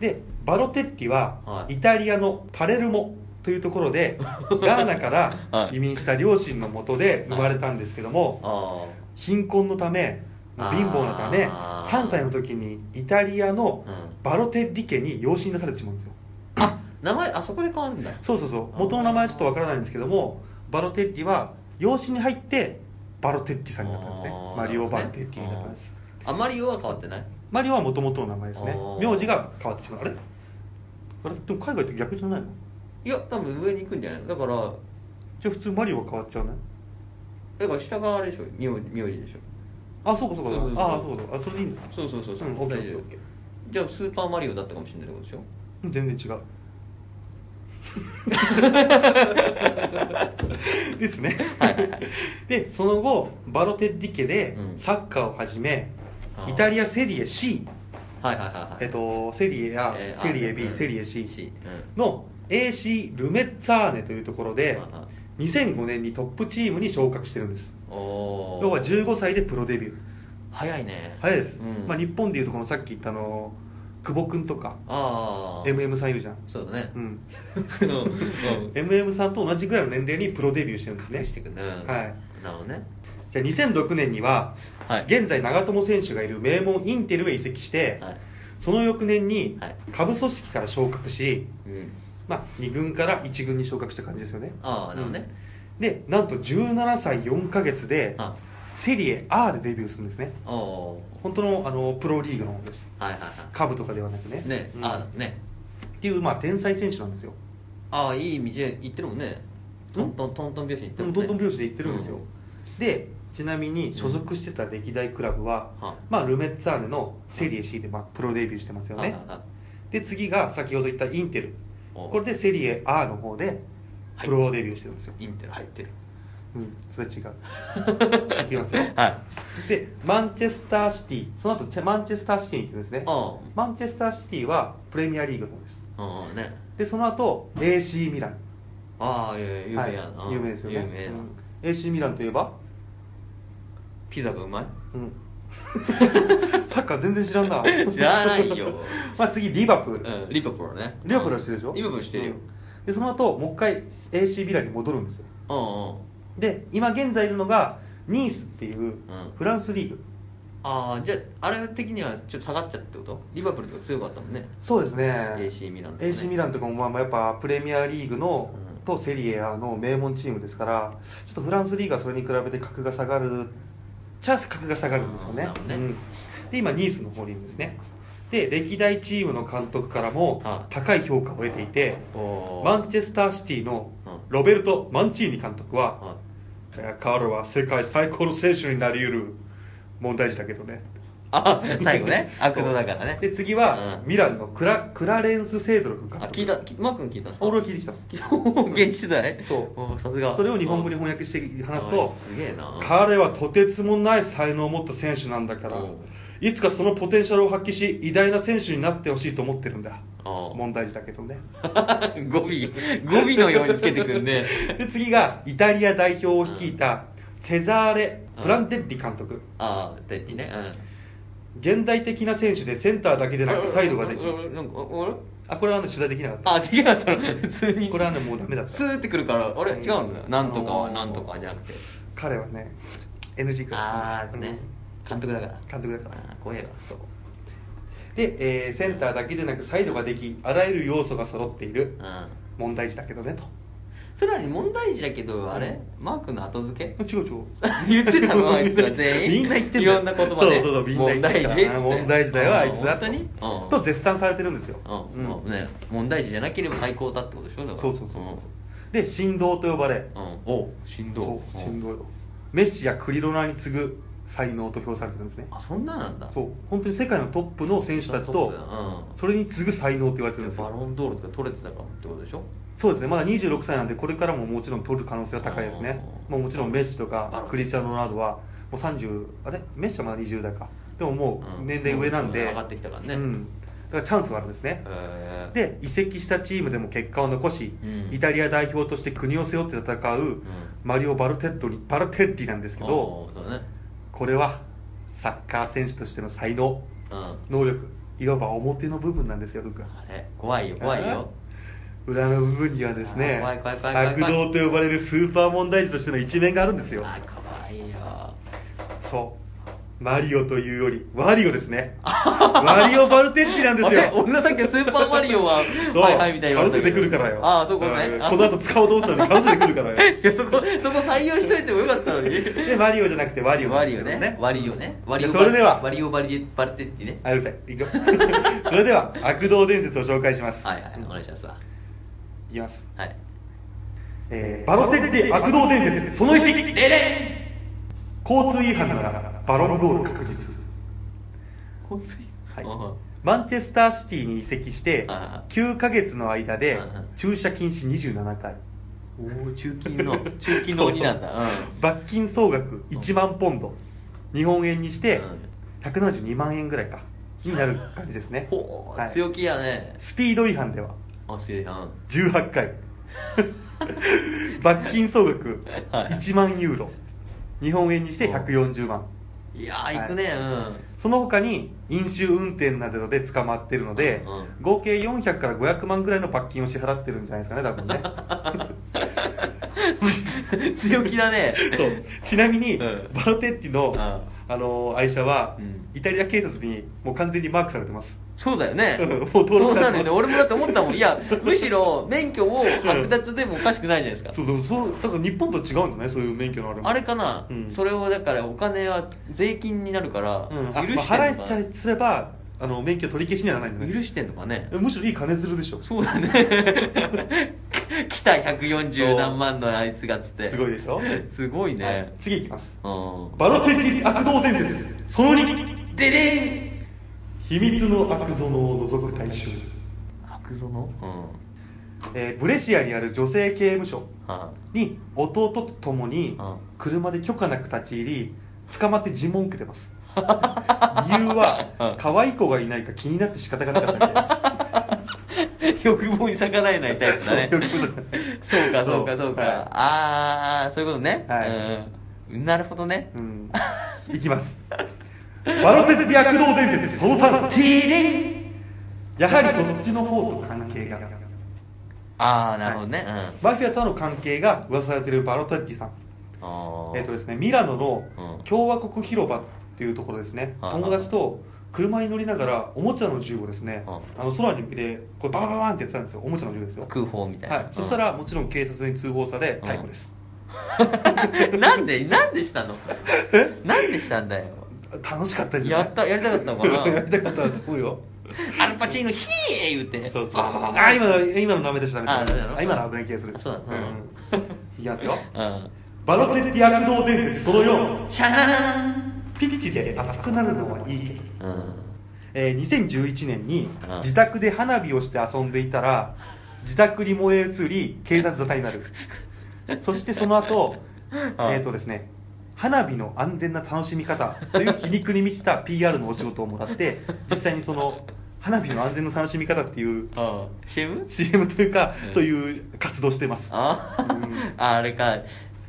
Speaker 2: でバロテッリは
Speaker 1: はい
Speaker 2: イタリアのパレルモというとこ ろでガーナから
Speaker 1: はい
Speaker 2: 移民した両親のもとで生まれたんですけども
Speaker 1: あ
Speaker 2: 貧困のためもう貧乏なため
Speaker 1: あー
Speaker 2: 3歳の時にイタリアの
Speaker 1: あうん
Speaker 2: バロテッリ家に養子に出されてしまうんですよ
Speaker 1: あ名前あそこで変わるんだ
Speaker 2: そうそうそう元の名前はちょっとわからないんですけどもバロテッリは養子に入ってバロテッリさんになったんですね
Speaker 1: あー
Speaker 2: マリオ・バロテッリになったんです
Speaker 1: あまり用は変わってない
Speaker 2: マリオはもともとの名前ですね
Speaker 1: あー
Speaker 2: 名字が変わってしまうあれあれでも海外って逆じゃないの
Speaker 1: いや多分上に行くんじゃないだから
Speaker 2: じゃあ普通マリオは変わっちゃうね
Speaker 1: だから下があれでしょ名名字でしょ
Speaker 2: あそうかそうか
Speaker 1: そうそうそう
Speaker 2: ああそうかあそれでいいんだ
Speaker 1: そうそうそうそう、
Speaker 2: うんオッケー
Speaker 1: 大丈夫
Speaker 2: オッケー
Speaker 1: じゃあスーパーマリオだったかもしれないってことでしょ
Speaker 2: 全然違 うですね
Speaker 1: はいはいはい
Speaker 2: でその後バロテッリ家で
Speaker 1: うん
Speaker 2: サッカーを始め、
Speaker 1: あー
Speaker 2: イタリアセリエ C、
Speaker 1: はいはいはいはい
Speaker 2: えっと、セリエ A、
Speaker 1: えー
Speaker 2: セリエ
Speaker 1: う
Speaker 2: B
Speaker 1: ん
Speaker 2: セリエ C
Speaker 1: C うん
Speaker 2: の AC ルメッツァーネというところで
Speaker 1: はいはい
Speaker 2: 2005年にトップチームに昇格してるんです
Speaker 1: お
Speaker 2: 要は
Speaker 1: お
Speaker 2: 15歳でプロデビュー
Speaker 1: 早いね
Speaker 2: 早いです、
Speaker 1: うん
Speaker 2: まあ、日本でいうとこのさっき言ったあの久保君とか
Speaker 1: ああ
Speaker 2: MM さんいるじゃん
Speaker 1: そうだね
Speaker 2: うん
Speaker 1: うんうん
Speaker 2: MM さんと同じぐらいの年齢にプロデビューしてるんですね
Speaker 1: してくね
Speaker 2: はいい
Speaker 1: なるほどね
Speaker 2: じゃあ2006年には
Speaker 1: はい
Speaker 2: 現在長友選手がいる名門インテルへ移籍して
Speaker 1: はい
Speaker 2: その翌年に
Speaker 1: はい
Speaker 2: 下部組織から昇格し、
Speaker 1: うん
Speaker 2: まあ、2軍から1軍に昇格した感じですよね
Speaker 1: ああなるほどね
Speaker 2: でなんと17歳4ヶ月で
Speaker 1: あ
Speaker 2: セリエ A でデビューするんですね
Speaker 1: おお
Speaker 2: 本当のあのプロリーグの方です
Speaker 1: はいはいは
Speaker 2: 下部とかではなくね
Speaker 1: いね
Speaker 2: うん
Speaker 1: ああだね
Speaker 2: っていう、まあ、天才選手なんですよ
Speaker 1: ああいい道行ってるもんねトントントントン拍子に行ってるも
Speaker 2: でも
Speaker 1: んね
Speaker 2: どんどん拍子で行ってるんですよ、でちなみに所属してた歴代クラブは、
Speaker 1: は
Speaker 2: まあ、ルメッツァーネのセリエ C で、まあ、プロデビューしてますよ
Speaker 1: はい
Speaker 2: ね
Speaker 1: はいはい
Speaker 2: で次が先ほど言ったインテル
Speaker 1: お
Speaker 2: これでセリエ A の方で
Speaker 1: はい
Speaker 2: プロデビューしてるんですよ、
Speaker 1: インテル入ってる
Speaker 2: うんそれは違 ういきますよ
Speaker 1: はい
Speaker 2: でマンチェスターシティその後チェマンチェスターシティに行ってるんですね
Speaker 1: あ
Speaker 2: マンチェスターシティはプレミアリーグの方です
Speaker 1: あああね
Speaker 2: でその後 AC ミラン
Speaker 1: ああいやいや有名やな、
Speaker 2: はい、有名ですよね
Speaker 1: 有名だ、
Speaker 2: うん AC ミランといえば、
Speaker 1: ピザがうまい
Speaker 2: うん、サッカー全然知らんな
Speaker 1: 知らないよ、
Speaker 2: まあ次リバプール、
Speaker 1: うん、リバプールね
Speaker 2: リバプールはしてるでしょ
Speaker 1: リバプールしてるよ、
Speaker 2: うんでその後もう一回 AC ミランに戻るんですよ
Speaker 1: うんうん
Speaker 2: で今現在いるのがニースっていう
Speaker 1: うん
Speaker 2: フランスリーグ
Speaker 1: ああじゃああれ的にはちょっと下がっちゃったってことリバプールとか強かったもんね
Speaker 2: そうですね
Speaker 1: AC ミランとかね
Speaker 2: AC ミランとかも、まあまあ、やっぱプレミアリーグの
Speaker 1: うん
Speaker 2: とセリエ A の名門チームですからちょっとフランスリーグはそれに比べて格が下がるチャンス格が下がるんですよね
Speaker 1: あーなるほどね
Speaker 2: うん、で今ニースの方にいるんですねで歴代チームの監督からも
Speaker 1: あ
Speaker 2: 高い評価を得ていて
Speaker 1: おー
Speaker 2: マンチェスターシティの
Speaker 1: うん
Speaker 2: ロベルト・マンチーニ監督は
Speaker 1: あ
Speaker 2: いや彼は世界最高の選手になり得る問題児だけどね
Speaker 1: あ 最後ね悪のだからね
Speaker 2: で次は、
Speaker 1: うん
Speaker 2: ミランのクラクラレンス・セイドロフ監
Speaker 1: あ
Speaker 2: 督
Speaker 1: 聞いたきマー君聞いたんですか
Speaker 2: 俺は聞いてきたの
Speaker 1: おー現地取材
Speaker 2: そう
Speaker 1: おーさすが
Speaker 2: それを日本語に
Speaker 1: に
Speaker 2: 翻訳して話すと
Speaker 1: すげえな
Speaker 2: 彼はとてつもない才能を持った選手なんだから
Speaker 1: おう
Speaker 2: いつかそのポテンシャルを発揮し偉大な選手になってほしいと思ってるんだ
Speaker 1: おう
Speaker 2: 問題児だけどね
Speaker 1: 語尾語尾のようにつけてくんで
Speaker 2: で次がイタリア代表を率いたチェザーレ・プランテッリ監督
Speaker 1: ああだってねうん
Speaker 2: 現代的な選手でセンターだけでなくサイドができる
Speaker 1: なんかあれ
Speaker 2: あこれはね取材できなかった
Speaker 1: あできなかったの普通に
Speaker 2: これはねもうダメだった
Speaker 1: スーってくるからあれ違うんだよなんとか
Speaker 2: う
Speaker 1: は
Speaker 2: ん
Speaker 1: なんとかじゃなくて
Speaker 2: 彼はね NG クラス
Speaker 1: ああ
Speaker 2: うん
Speaker 1: ね監督だから
Speaker 2: 監督だから
Speaker 1: あー怖えわそう
Speaker 2: で、えーセンターだけでなくサイドができあらゆる要素が揃っている
Speaker 1: うん
Speaker 2: 問題児だけどねと
Speaker 1: それなのに問題児だけどあれマークの後付け
Speaker 2: 違う違 う
Speaker 1: 言ってたのあいつら全員
Speaker 2: みんな言ってん
Speaker 1: い
Speaker 2: だよ
Speaker 1: ろんな言葉で
Speaker 2: そうそうそうみんな言ってんだよな
Speaker 1: 問題
Speaker 2: 問題
Speaker 1: 児
Speaker 2: 児
Speaker 1: だ
Speaker 2: だ
Speaker 1: よ
Speaker 2: よあいつだ
Speaker 1: 本当にうん
Speaker 2: と絶賛されてるんですよ、
Speaker 1: うんもうね問題児じゃなければ最高だってことでしょだから
Speaker 2: そうそうそうそうで振動と呼ばれ
Speaker 1: うんうんお振動
Speaker 2: そう振動よメッシやクリロナに次ぐ才能と評されてるんですね
Speaker 1: あそんななんだ
Speaker 2: そう本当に世界のトップの選手たち
Speaker 1: そう
Speaker 2: と
Speaker 1: だよ
Speaker 2: それに次ぐ才能と言われて
Speaker 1: う
Speaker 2: るん
Speaker 1: ん
Speaker 2: です
Speaker 1: バ
Speaker 2: よ
Speaker 1: ロンドールとか取れてたかもってことでしょ
Speaker 2: そうですねまだ26歳なんでこれからももちろん取る可能性は高いですね
Speaker 1: あー
Speaker 2: もうもちろんメッシと
Speaker 1: なるほ
Speaker 2: か
Speaker 1: ど
Speaker 2: クリスチャーノ・ロナウドはもう30あれメッシはまだ20代かでももう年齢上なんで、
Speaker 1: う上がってきたからね
Speaker 2: うん、だからチャンスはあるんですね
Speaker 1: へー
Speaker 2: で移籍したチームでも結果を残し、
Speaker 1: うん
Speaker 2: イタリア代表として国を背負って戦う、マリオ・バルテッドリバルテッリなんですけど
Speaker 1: あーそうだね
Speaker 2: これはサッカー選手としての才能
Speaker 1: うん
Speaker 2: 能力いわば表の部分なんですよ僕は
Speaker 1: あれ怖いよ怖いよ
Speaker 2: 裏の部分にはです
Speaker 1: あ
Speaker 2: ね
Speaker 1: ー怖い怖い怖い怖い
Speaker 2: 悪
Speaker 1: 怖い
Speaker 2: 童と呼ばれるスーパー問題児としての一面があるんですよ
Speaker 1: あー怖いよ
Speaker 2: そうマリオというよりワリオですねワリオ・バルテッリなんです
Speaker 1: あれ
Speaker 2: よ
Speaker 1: 俺らさっきのスーパーマリオは、
Speaker 2: そう、
Speaker 1: はいはいみたいな言
Speaker 2: かぶ
Speaker 1: われ
Speaker 2: せ
Speaker 1: たけ
Speaker 2: て
Speaker 1: ど。
Speaker 2: くるからよ
Speaker 1: ああ、そうかね
Speaker 2: ん。
Speaker 1: あ
Speaker 2: この後使おうと思ってたのにかぶせてくるからよ
Speaker 1: いや、そこ、そこ採用しといてもよかったのに。
Speaker 2: でマリオじゃなくてワリオなん
Speaker 1: 割
Speaker 2: です
Speaker 1: り
Speaker 2: け
Speaker 1: を
Speaker 2: ど
Speaker 1: ね
Speaker 2: ね。
Speaker 1: 割りをね。割りを。
Speaker 2: それでは
Speaker 1: 割りをバリバルテッティね。
Speaker 2: あうるさい行くよ それでは悪童伝説を紹介します
Speaker 1: はいはい、お願いしますわ。
Speaker 2: いきます、
Speaker 1: はい。
Speaker 2: えーバロテッリ悪童伝説その1
Speaker 1: ででん
Speaker 2: 交通違反ならバロンドール確実
Speaker 1: こいつ
Speaker 2: はい
Speaker 1: うん
Speaker 2: マンチェスターシティに移籍して
Speaker 1: はいは
Speaker 2: 9ヶ月の間で
Speaker 1: はいはい
Speaker 2: 駐車禁止27回
Speaker 1: おお中金の、 中金の鬼なんだ。うん。
Speaker 2: 罰金総額1万ポンド日本円にして172万円ぐらいかになる感じですね
Speaker 1: ほ
Speaker 2: は
Speaker 1: う、
Speaker 2: い
Speaker 1: 強気やね。
Speaker 2: スピード違反では
Speaker 1: あ、強いな。
Speaker 2: 18回 罰金総額
Speaker 1: はい
Speaker 2: 1万ユーロ日本円にして140万
Speaker 1: いやー、行くね。うん。
Speaker 2: その他に飲酒運転などで捕まってるので、
Speaker 1: うんうん
Speaker 2: 合計400から500万ぐらいの罰金を支払ってるんじゃないで すかね多分ね
Speaker 1: 強気だね。
Speaker 2: そうちなみに、
Speaker 1: うん
Speaker 2: バロテッティの、
Speaker 1: うん
Speaker 2: あの愛車は、
Speaker 1: うん
Speaker 2: イタリア警察にもう完全にマークされてます
Speaker 1: そうだよね
Speaker 2: うん。もう登録
Speaker 1: そう
Speaker 2: さ
Speaker 1: な
Speaker 2: れ
Speaker 1: る
Speaker 2: てます
Speaker 1: よね。俺もだって思ったもん。いや、むしろ免許を剥奪でもおかしくないじゃないですか。
Speaker 2: そうでもそうだから日本と違うんじゃないそういう免許のあれも
Speaker 1: あれかな、
Speaker 2: うん
Speaker 1: それをだからお金は税金になるから
Speaker 2: うんあまあ
Speaker 1: 許してんのかな、
Speaker 2: 払えちゃいすればあの免許取り消しにはならないんだね
Speaker 1: 許してんのかね
Speaker 2: むしろいい金づるでしょ
Speaker 1: そうだね来た140何万のあいつがっつって
Speaker 2: すごいでしょ
Speaker 1: すごい
Speaker 2: はい
Speaker 1: ね、
Speaker 2: 次いきます
Speaker 1: う
Speaker 2: バロテッティ悪童伝説その2
Speaker 1: んででん
Speaker 2: 秘密の悪ゾノを除く対象、
Speaker 1: 白園うん
Speaker 2: えーブレシアにある女性刑務所
Speaker 1: は
Speaker 2: に弟と共に
Speaker 1: あ
Speaker 2: 車で許可なく立ち入り捕まって尋問を受けてます理由は可愛い子がいないか気になって仕方がなかったみたいです
Speaker 1: い欲望に逆らえないタイプだね
Speaker 2: そういうこと
Speaker 1: そうかそうかそうか、
Speaker 2: はい
Speaker 1: ああそういうことね、
Speaker 2: はい
Speaker 1: うんなるほどね
Speaker 2: うんいきますバロテテ躍動伝説その3やはりそっちの方と関係が
Speaker 1: ああなるほどね、うん
Speaker 2: マフィアとの関係が噂されているバロテッティさん
Speaker 1: あー
Speaker 2: えっ、とですねミラノ
Speaker 1: う
Speaker 2: の
Speaker 1: ん
Speaker 2: 共和国広場っていうところですね、
Speaker 1: はいはい
Speaker 2: 友達と車に乗りながらおもちゃの銃をですね、
Speaker 1: はい
Speaker 2: あの空に向けてこうババババーンってやってたんですよおもちゃの銃ですよ
Speaker 1: 空砲みたいな、
Speaker 2: はい、そしたらもちろん警察に通報され逮捕です、
Speaker 1: うん なんでなんでしたのなんでしたんだよ
Speaker 2: 楽しかったんじゃ
Speaker 1: や
Speaker 2: ない
Speaker 1: ったやりたかったのか
Speaker 2: やり
Speaker 1: な
Speaker 2: たかったと思うよ
Speaker 1: アルパチーノヒー言うて
Speaker 2: そうそう
Speaker 1: あ
Speaker 2: あ
Speaker 1: ー
Speaker 2: 今の今のダメでした
Speaker 1: あ
Speaker 2: ダメ
Speaker 1: ダメ
Speaker 2: でし
Speaker 1: な
Speaker 2: た
Speaker 1: の
Speaker 2: あ今の危ない気がする
Speaker 1: そうだうん
Speaker 2: うんいきますよ
Speaker 1: うん
Speaker 2: バロテッテ躍動伝説その4
Speaker 1: シャーン
Speaker 2: ピピチで熱くなるのはいい、
Speaker 1: うん
Speaker 2: えー2011年に
Speaker 1: うん
Speaker 2: 自宅で花火をして遊んでいたら自宅に燃え移り警察沙汰に なるそしてその後えっ、とですね花火の安全な楽しみ方という皮肉に満ちた PR のお仕事をもらって実際にその花火の安全の楽しみ方っていう
Speaker 1: あ CM?
Speaker 2: CM というか、
Speaker 1: うん
Speaker 2: そういう活動してます
Speaker 1: あー、ああれか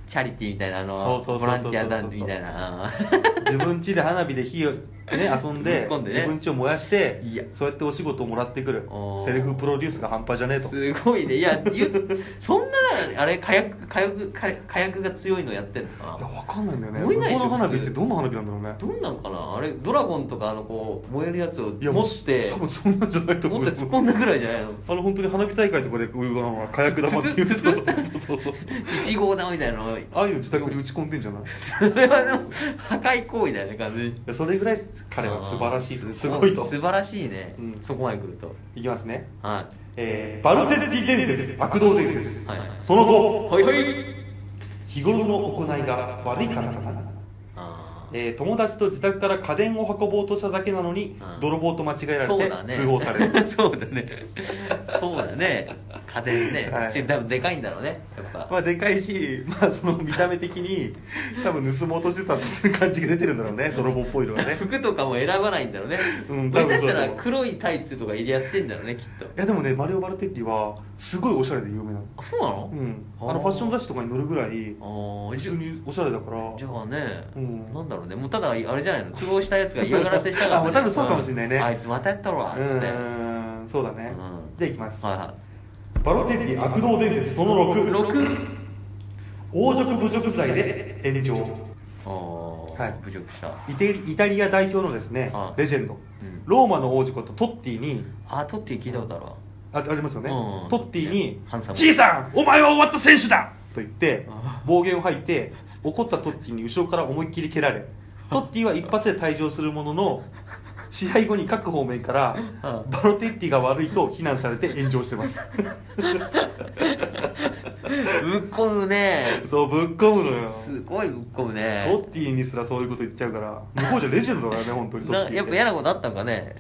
Speaker 1: チャリティーみたいなあの
Speaker 2: そうそうそうそうそう
Speaker 1: ボランティア団みたいなあ
Speaker 2: 自分家で花火で火を、ね、遊んで
Speaker 1: ぶっ込んでね
Speaker 2: 自分家を燃やして
Speaker 1: いや
Speaker 2: そうやってお仕事をもらってくる
Speaker 1: おー
Speaker 2: セルフプロデュースが半端じゃねえと
Speaker 1: ーすごいねいやゆそんなあれ火薬火薬火火薬が強いのやってんのか
Speaker 2: いや
Speaker 1: な
Speaker 2: わかんないんだよね
Speaker 1: 燃え
Speaker 2: 向
Speaker 1: ないでし
Speaker 2: こ
Speaker 1: ょ
Speaker 2: うの花火って
Speaker 1: 普通
Speaker 2: どんな花火なんだろうね
Speaker 1: どんなのかなあれドラゴンとかあのこう燃えるやつを
Speaker 2: いや
Speaker 1: 持って
Speaker 2: 多分そんなんじゃないと思
Speaker 1: 持
Speaker 2: う
Speaker 1: って
Speaker 2: よ
Speaker 1: 突っ込んだぐらいじゃないの
Speaker 2: あの本当に花火大会とかでこういうのが火薬玉っていう
Speaker 1: つつ
Speaker 2: そうそうそうそう
Speaker 1: 1号だみたいなの
Speaker 2: ああいうの自宅に打ち込んでんじゃない
Speaker 1: それはでも破壊行為だよね完全に
Speaker 2: いやそれぐらい彼は素晴らしい
Speaker 1: あー
Speaker 2: とすごいと
Speaker 1: 素晴らしいね、
Speaker 2: うん
Speaker 1: そこまで来ると
Speaker 2: いきますね、
Speaker 1: は
Speaker 2: えー、バルテディ伝説悪道伝説
Speaker 1: いはいはい
Speaker 2: その後
Speaker 1: はいはい
Speaker 2: 日頃の行いが悪いからかな、
Speaker 1: あー
Speaker 2: えー友達と自宅から家電を運ぼうとしただけなのに
Speaker 1: うん
Speaker 2: 泥棒と間違えら
Speaker 1: そう
Speaker 2: れ
Speaker 1: だね
Speaker 2: て通報され る、
Speaker 1: そうだねそうだね家電ね、
Speaker 2: はい
Speaker 1: ち多分でかいんだろうねやっぱ、
Speaker 2: まあでかいし、 まあ、その見た目的に多分盗もうとしてたっていう感じが出てるんだろうね泥棒っぽいのはね
Speaker 1: 服とかも選ばないんだろうね
Speaker 2: うん
Speaker 1: こ
Speaker 2: 多
Speaker 1: れだ
Speaker 2: 分そ
Speaker 1: し
Speaker 2: う
Speaker 1: た
Speaker 2: だと
Speaker 1: ら
Speaker 2: 思う
Speaker 1: 黒いタイツとか入れやってんだろうねきっと
Speaker 2: いやでもねマリオ・バルテッリはすごいおしゃれで有名なの
Speaker 1: あそうなの
Speaker 2: う、んあのファッション雑誌とかに載るぐらい
Speaker 1: ああ
Speaker 2: 普
Speaker 1: じゃ
Speaker 2: 通におしゃれだから
Speaker 1: じゃあね、
Speaker 2: うん
Speaker 1: なんだろうねもうただあれじゃないの都合したやつが嫌がらせしたから、
Speaker 2: あ多分そうかもしんないね
Speaker 1: あいつまたやったろっ
Speaker 2: う
Speaker 1: つって、はい
Speaker 2: ーんそうだね、
Speaker 1: うん
Speaker 2: じゃあいきます、
Speaker 1: は
Speaker 2: バロテッリ悪道伝説その
Speaker 1: い
Speaker 2: 6
Speaker 1: 六
Speaker 2: 王辱侮辱罪で炎上
Speaker 1: ああ、
Speaker 2: はい
Speaker 1: 侮辱した
Speaker 2: イテイタリア代表のですね
Speaker 1: はい
Speaker 2: レジェンド、
Speaker 1: うん
Speaker 2: ローマの王子ことトッティに
Speaker 1: あ取って聞いたことあるわ
Speaker 2: あありますよね、
Speaker 1: うん
Speaker 2: トッティに
Speaker 1: ハンサム
Speaker 2: じいさんお前は終わった選手だ!」と言って
Speaker 1: あ
Speaker 2: 暴言を吐いて怒ったトッティに後ろから思いっきり蹴ら れトッティは一発で退場するものの試合後に各方面から
Speaker 1: あ
Speaker 2: バロテッティが悪いと非難されて炎上し てます
Speaker 1: ぶっ込むね
Speaker 2: そうぶっ込むのよ
Speaker 1: すごいぶっ込む
Speaker 2: ト
Speaker 1: ね
Speaker 2: ッティにすらそういうこと言っちゃうから向こうじゃレジェンド だからね本当にトッ
Speaker 1: な
Speaker 2: ティ
Speaker 1: やっぱ嫌
Speaker 2: な
Speaker 1: なことあったのかね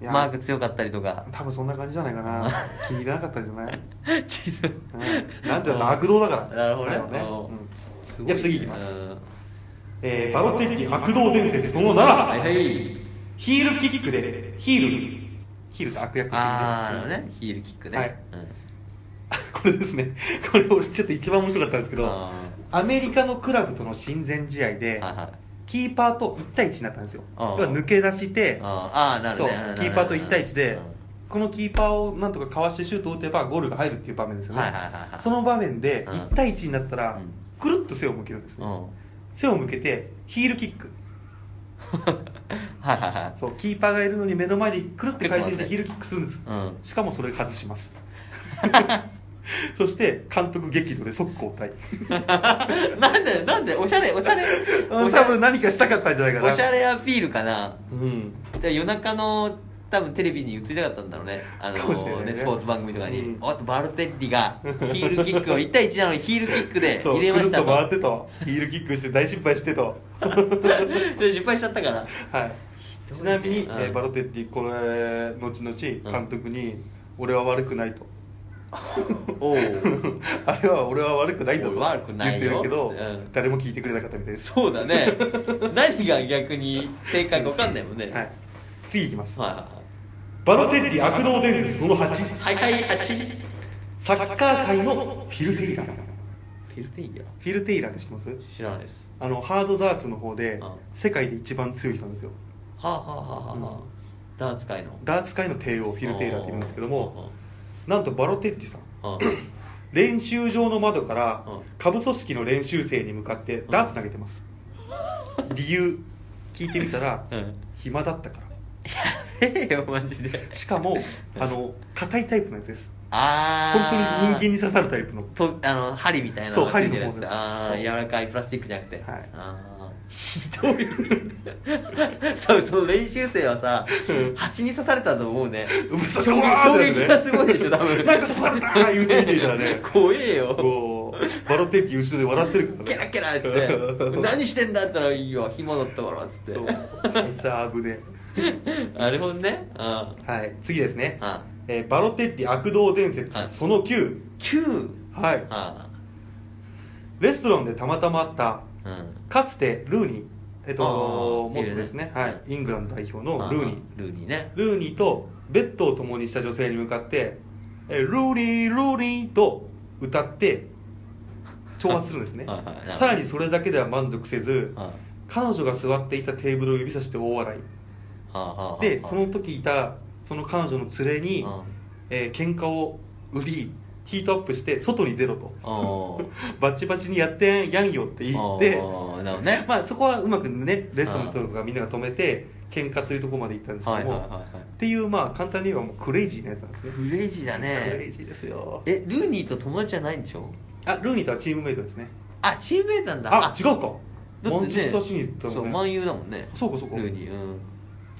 Speaker 2: いや
Speaker 1: マーク強かったりと か
Speaker 2: 多分そんな感じじゃない かな気に入らなかったんじゃない、
Speaker 1: 地図
Speaker 2: うんなんていうの悪道だから
Speaker 1: なるほどね
Speaker 2: 彼は
Speaker 1: うん
Speaker 2: うん
Speaker 1: すごい
Speaker 2: じゃあ次行きます
Speaker 1: うん
Speaker 2: えーバロテッリ悪道伝説その7、
Speaker 1: はい はい
Speaker 2: ヒールキックでヒールにヒールって悪役って意
Speaker 1: あーあの
Speaker 2: 味で
Speaker 1: ねヒールキックね、
Speaker 2: はい これですねこれ俺ちょっと一番面白かったんですけ
Speaker 1: うん、
Speaker 2: ど
Speaker 1: あ
Speaker 2: アメリカのクラブとの親善試合
Speaker 1: ー
Speaker 2: で
Speaker 1: はいはい
Speaker 2: キーパーと1対1になったんですよ
Speaker 1: あー
Speaker 2: 要は抜け出して
Speaker 1: あーなる
Speaker 2: そ
Speaker 1: ほ
Speaker 2: う
Speaker 1: どね
Speaker 2: キーパーと1対1で
Speaker 1: うん
Speaker 2: このキーパーをなんとかかわしてシュートを打てばゴールが入るっていう場面ですよね、
Speaker 1: はいはいはいはい
Speaker 2: その場面で
Speaker 1: うん
Speaker 2: 1対1になったら
Speaker 1: うん
Speaker 2: くるっと背を向けるんです
Speaker 1: う
Speaker 2: ね、
Speaker 1: ん
Speaker 2: 背を向けてヒールキック
Speaker 1: はいはいはい
Speaker 2: そうキーパーがいるのに目の前でくるって回転してヒールキックするんです
Speaker 1: うん
Speaker 2: しかもそれ外します そして監督激怒で即交代
Speaker 1: なん で、なんで、おしゃれ、おしゃれ。
Speaker 2: う
Speaker 1: お
Speaker 2: ん
Speaker 1: しゃ
Speaker 2: 多
Speaker 1: れ
Speaker 2: 分何かしたかったんじゃないかな
Speaker 1: おしゃれアピールかな。
Speaker 2: うん
Speaker 1: で夜中の、多分テレビに映りたかったんだろうね。あの
Speaker 2: かもしれないね
Speaker 1: スポーツ番組とかに。
Speaker 2: うん
Speaker 1: おっと、バルテッリが、ヒールキックを1対1なのにヒールキックで
Speaker 2: そう
Speaker 1: 入
Speaker 2: く
Speaker 1: れま
Speaker 2: る
Speaker 1: し
Speaker 2: ったと回ってとヒールキックして大失敗し てと
Speaker 1: で失敗しちゃったから。
Speaker 2: はい
Speaker 1: どう
Speaker 2: ちなみに、
Speaker 1: うん
Speaker 2: えーバロテッティこれ後々監督に、俺は悪くないと
Speaker 1: おお。
Speaker 2: あれは俺は悪くないんだと
Speaker 1: 俺悪くない
Speaker 2: 言って
Speaker 1: よ
Speaker 2: るけど、
Speaker 1: うん
Speaker 2: 誰も聞いてくれなかったみたいです
Speaker 1: そうだね。何が逆に正解か分かんないもんね。
Speaker 2: は
Speaker 1: はい
Speaker 2: い、次いきます
Speaker 1: は
Speaker 2: バロテッティ悪道伝説その8
Speaker 1: いはい。はいはい、8。フ
Speaker 2: サッカー界のフィルテイラー
Speaker 1: ィルテイヤ
Speaker 2: フィルテイラーって知ってます
Speaker 1: 知らないです。
Speaker 2: あのハードダーツの方で
Speaker 1: うん
Speaker 2: 世界で一番強い人なんですよ
Speaker 1: はあ、はあはあはあはあ、ダーツ界の。
Speaker 2: ダーツ界の帝王フィルテイラーって言うんですけども
Speaker 1: うん。
Speaker 2: なんとバロテッリさん
Speaker 1: うん
Speaker 2: 練習場の窓から
Speaker 1: うん
Speaker 2: 下部組織の練習生に向かってダーツ投げてます理由聞いてみたら
Speaker 1: うん
Speaker 2: 暇だったか
Speaker 1: ええよマジで
Speaker 2: らしか もあの硬いタイプのやつです
Speaker 1: あ
Speaker 2: 本
Speaker 1: あ
Speaker 2: 当に人間に刺さるタイプの
Speaker 1: とあの針みたいな
Speaker 2: そう
Speaker 1: がついてるやつ
Speaker 2: 針の方です
Speaker 1: ああ
Speaker 2: そう
Speaker 1: 柔らかいプラスチックじゃなくて、
Speaker 2: はい
Speaker 1: ああひどい 多分その練習生はさ
Speaker 2: うん
Speaker 1: 蜂に刺されたと思うね
Speaker 2: うそ
Speaker 1: 衝撃
Speaker 2: うわーっ
Speaker 1: 衝
Speaker 2: てやつ
Speaker 1: 撃がす
Speaker 2: ね
Speaker 1: ごいでしょ多分
Speaker 2: なんか刺されたー言うて見てみたらね
Speaker 1: 怖えよ
Speaker 2: こう笑ってって後ろで笑ってるからね
Speaker 1: ケラケラって 何してんだったらいいよ紐だったからっつって
Speaker 2: そうあいつは危ね
Speaker 1: なるほどねあ
Speaker 2: えはい次ですね
Speaker 1: あ、あ
Speaker 2: えーバロテッリ悪童伝説、
Speaker 1: はい
Speaker 2: その9
Speaker 1: 9
Speaker 2: はい
Speaker 1: あ
Speaker 2: レストランでたまたまあった
Speaker 1: あうん
Speaker 2: かつてルーニーえっと
Speaker 1: あー
Speaker 2: 元ですね
Speaker 1: いるね
Speaker 2: はいイングランド代表のルーニー
Speaker 1: ああルーニーね
Speaker 2: ルーニーとベッドを共にした女性に向かって「えールーニールーニー」と歌って挑発するんですね
Speaker 1: はいはいなるほど
Speaker 2: さらにそれだけでは満足せず
Speaker 1: あ
Speaker 2: 彼女が座っていたテーブルを指さして大笑い
Speaker 1: あああ
Speaker 2: で
Speaker 1: あ
Speaker 2: その時いたその彼女の連れに、
Speaker 1: あ
Speaker 2: えー喧嘩を売りヒートアップして外に出ろと
Speaker 1: あああ
Speaker 2: バチバチにやってやんよって言って
Speaker 1: ああなるほどね
Speaker 2: まあ、そこはうまくねレストランとかみんなが止めて喧嘩というところまで行ったんですけ
Speaker 1: はい
Speaker 2: ども、
Speaker 1: はいはいは
Speaker 2: っていうまあ簡単に言えばもうクレイジーなやつなんです
Speaker 1: い
Speaker 2: ね
Speaker 1: クレイジーだ
Speaker 2: クレイ
Speaker 1: ね
Speaker 2: ジーですよ
Speaker 1: えルーニーと友達じゃないんでしょ
Speaker 2: あルーニーとはチームメイトですね
Speaker 1: あチームメイトなんだ
Speaker 2: あ違うか
Speaker 1: だ
Speaker 2: マ
Speaker 1: ってね
Speaker 2: ンチェスターシニーだ
Speaker 1: そう
Speaker 2: もん
Speaker 1: 万
Speaker 2: ね
Speaker 1: 有だもんね
Speaker 2: そうかそうか
Speaker 1: ルーニーうん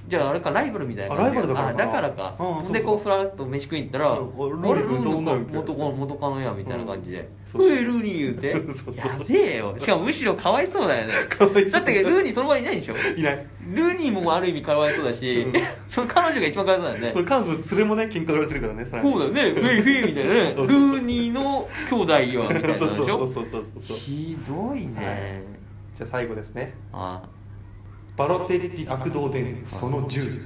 Speaker 1: じゃああれかライバルみたいな
Speaker 2: あライバルだから
Speaker 1: あ
Speaker 2: かな
Speaker 1: だからか
Speaker 2: うんそうそう
Speaker 1: でこうふらっと飯食いに行ったら
Speaker 2: うん
Speaker 1: 俺
Speaker 2: 俺ルー
Speaker 1: ルー
Speaker 2: ニーと
Speaker 1: ニ
Speaker 2: 女
Speaker 1: ー
Speaker 2: みたいな
Speaker 1: 元カノ元カノやみたいな感じで「
Speaker 2: うん
Speaker 1: うえルーニー」言うて
Speaker 2: そうそう
Speaker 1: やべえよしかもむしろかわいそうだよね
Speaker 2: かわい そう
Speaker 1: だってルーニーその場にいないんでしょ
Speaker 2: いない
Speaker 1: ルーニーもある意味かわいそうだし、
Speaker 2: うん
Speaker 1: その彼女が一番かわいそうだよね
Speaker 2: これ彼女の連れもね喧嘩売られてるからねさらに
Speaker 1: そうだよね、フェイフェイみたいなね、
Speaker 2: そ
Speaker 1: ル
Speaker 2: うそう
Speaker 1: ーニーの兄弟よ、みたいなのでし
Speaker 2: そ
Speaker 1: ょ
Speaker 2: うそうそうそうそうそう
Speaker 1: ひどいね。
Speaker 2: じゃあ最後ですね
Speaker 1: あ
Speaker 2: バロテッリ悪童伝説その10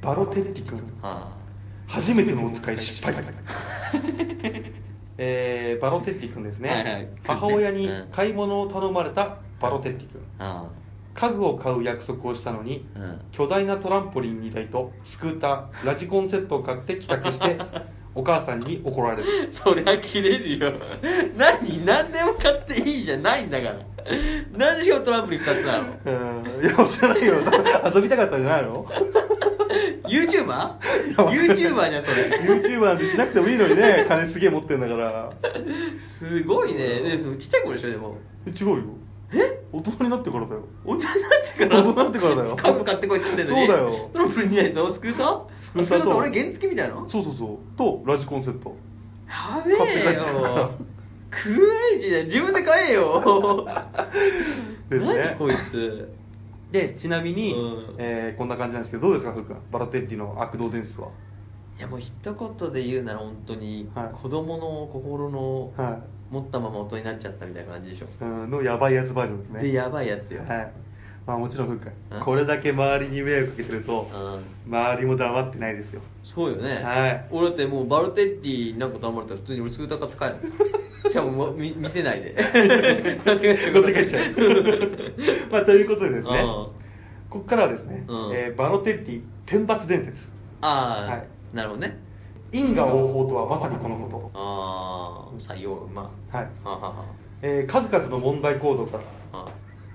Speaker 2: バロテッリ君
Speaker 1: あ
Speaker 2: 初めてのお使い失敗 えーバロテッリ君ですね、
Speaker 1: はいはい
Speaker 2: 母親に
Speaker 1: うん
Speaker 2: 買い物を頼まれたバロテッリ君
Speaker 1: あ
Speaker 2: 家具を買う約束をしたのに
Speaker 1: あうん
Speaker 2: 巨大なトランポリン2台とスクーターラジコンセットを買って帰宅して お母さんに怒られる
Speaker 1: そりゃ切れるよ 何何でも買っていいじゃないんだから何でしょトランプに2つな の
Speaker 2: うんいや知らないよ遊びたかったんじゃないの
Speaker 1: YouTuber?YouTuber じゃんそれ
Speaker 2: YouTuber なんてしなくてもいいのにね金すげえ持ってんだから
Speaker 1: すごいねでそのちっちゃい子でしょでも
Speaker 2: え違うよえ大人になってからだよ
Speaker 1: 大人になってから
Speaker 2: 大人になってからだよ
Speaker 1: 家具買ってこいって言ってんのに
Speaker 2: そうだよ
Speaker 1: トランプにないとスクーター
Speaker 2: ス
Speaker 1: ス
Speaker 2: ク
Speaker 1: ク
Speaker 2: ー
Speaker 1: ータ
Speaker 2: ター
Speaker 1: ー
Speaker 2: と
Speaker 1: って俺原付みたいなの
Speaker 2: そうそうそうとラジコンセット
Speaker 1: やべえ
Speaker 2: 買って帰ってくから
Speaker 1: よクレイジーだよ自分で買えよ
Speaker 2: ですね
Speaker 1: 何こいつ
Speaker 2: でちなみに、
Speaker 1: うん
Speaker 2: えーこんな感じなんですけどどうですかふうくんバラテッリの悪童伝説はい
Speaker 1: やもう一言で言うなら本当に、
Speaker 2: はい
Speaker 1: 子供の心の
Speaker 2: は
Speaker 1: 持ったまま大人になっちゃったみたいな感じでしょ、
Speaker 2: い、うん、のやばいやつバージョンですね
Speaker 1: でやばいやつよ、
Speaker 2: はいまあもちろんふうくん
Speaker 1: うん
Speaker 2: これだけ周りに迷惑かけてると
Speaker 1: うん
Speaker 2: 周りも黙ってないですよ
Speaker 1: そうよね、
Speaker 2: はい
Speaker 1: 俺だってもうバルテッリなんか頼まれたら普通に俺スクーター買って帰 るしかも見見せないで持って帰っちゃう
Speaker 2: 持って帰っちゃう まあということでですね
Speaker 1: うん
Speaker 2: ここからはですね、
Speaker 1: うん
Speaker 2: えーバロテッリ天罰伝説
Speaker 1: ああ、
Speaker 2: はい
Speaker 1: なるほどね
Speaker 2: 因果応報とはまさにこのこ
Speaker 1: ああ採用うま
Speaker 2: とはい、
Speaker 1: あはは
Speaker 2: えー数々の問題行動から
Speaker 1: あ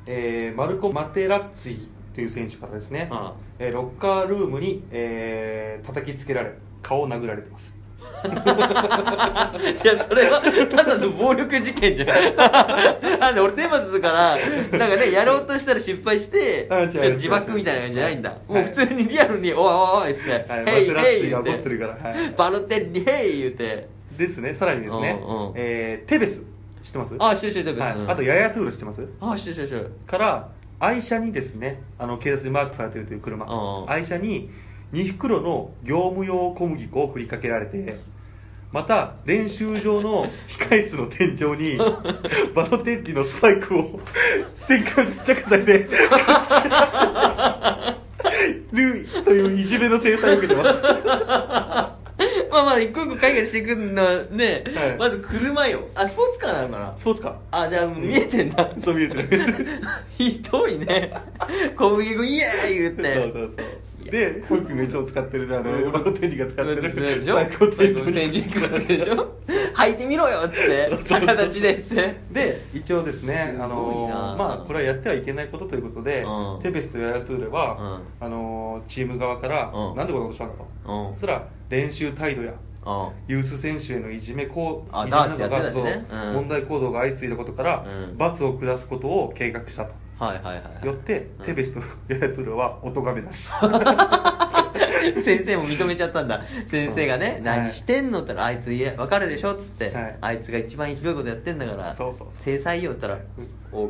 Speaker 2: えーマルコ・マテラッツィという選手からですね、
Speaker 1: あ
Speaker 2: えーロッカールームに、えー叩きつけられ顔を殴られてます
Speaker 1: いやそれはただの暴力事件 じゃんなんで俺天罰だからなんかねやろうとしたら失敗して
Speaker 2: あ違う違う
Speaker 1: 自爆みたいな感じじゃないんだ、
Speaker 2: はい
Speaker 1: もう普通にリアルに「おいおいおい」って「
Speaker 2: はい
Speaker 1: ヘイ
Speaker 2: マテラッ
Speaker 1: ヘ
Speaker 2: ツィ
Speaker 1: イ」
Speaker 2: が
Speaker 1: 言
Speaker 2: 怒ってる
Speaker 1: う
Speaker 2: からは
Speaker 1: て
Speaker 2: い
Speaker 1: バロテッリ「ヘイ」言うて
Speaker 2: ですねさらにですね、
Speaker 1: うんうん
Speaker 2: えーテベス知ってます
Speaker 1: ああシュシュシュ
Speaker 2: はい、あとヤヤトゥール知ってます
Speaker 1: ああシュシュシュ
Speaker 2: から愛車にですねあの警察にマークされているという車
Speaker 1: うんうん
Speaker 2: 愛車に2袋の業務用小麦粉を振りかけられてまた練習場の控室の天 井にバロテッリのスパイクを戦艦接着剤で隠してるといういじめの制裁を受けてます
Speaker 1: まあまあ一個一個解決していくのはね、
Speaker 2: はい
Speaker 1: まず車よあスポーツカーなのかな
Speaker 2: そうですか
Speaker 1: あじゃあもう見えてんだ、
Speaker 2: そう見えてる
Speaker 1: ひどいね小麦粉イエーイ言っ
Speaker 2: そう
Speaker 1: て
Speaker 2: そうそ
Speaker 1: い
Speaker 2: うで、ふうくんがいつも使ってる、あの、馬の天理が使って
Speaker 1: で
Speaker 2: る、
Speaker 1: しょ
Speaker 2: 最高天理
Speaker 1: 天神クラスでしょ履いてみろよっつって逆立ちでっつって
Speaker 2: で一応ですね
Speaker 1: すごいな
Speaker 2: あのまあこれはやってはいけないことということで、
Speaker 1: うん
Speaker 2: テベスとヤヤトゥーレは、あのチーム側から、
Speaker 1: うん
Speaker 2: なんでこんなことしたんだと、
Speaker 1: うんうん
Speaker 2: そしたら練習態度やユース選手へのいじめこう
Speaker 1: あ
Speaker 2: いじめなど
Speaker 1: ダー
Speaker 2: が
Speaker 1: ツやってたやつね
Speaker 2: そう
Speaker 1: うん
Speaker 2: 問題行動が相次いだことから、
Speaker 1: うん
Speaker 2: 罰を下すことを計画したと
Speaker 1: はいはいはい
Speaker 2: よって、
Speaker 1: うん
Speaker 2: テベスとヤヤトゥーレはお咎めだし
Speaker 1: 先生も認めちゃったんだ先生がね
Speaker 2: う
Speaker 1: 「
Speaker 2: ん
Speaker 1: 何してんの?」って言ったら「あいつ言え分かるでしょ」っつって
Speaker 2: は
Speaker 1: 「
Speaker 2: い
Speaker 1: あいつが一番ひどいことやってんだから
Speaker 2: そうそうそう
Speaker 1: 制裁よ」って言ったら「
Speaker 2: そ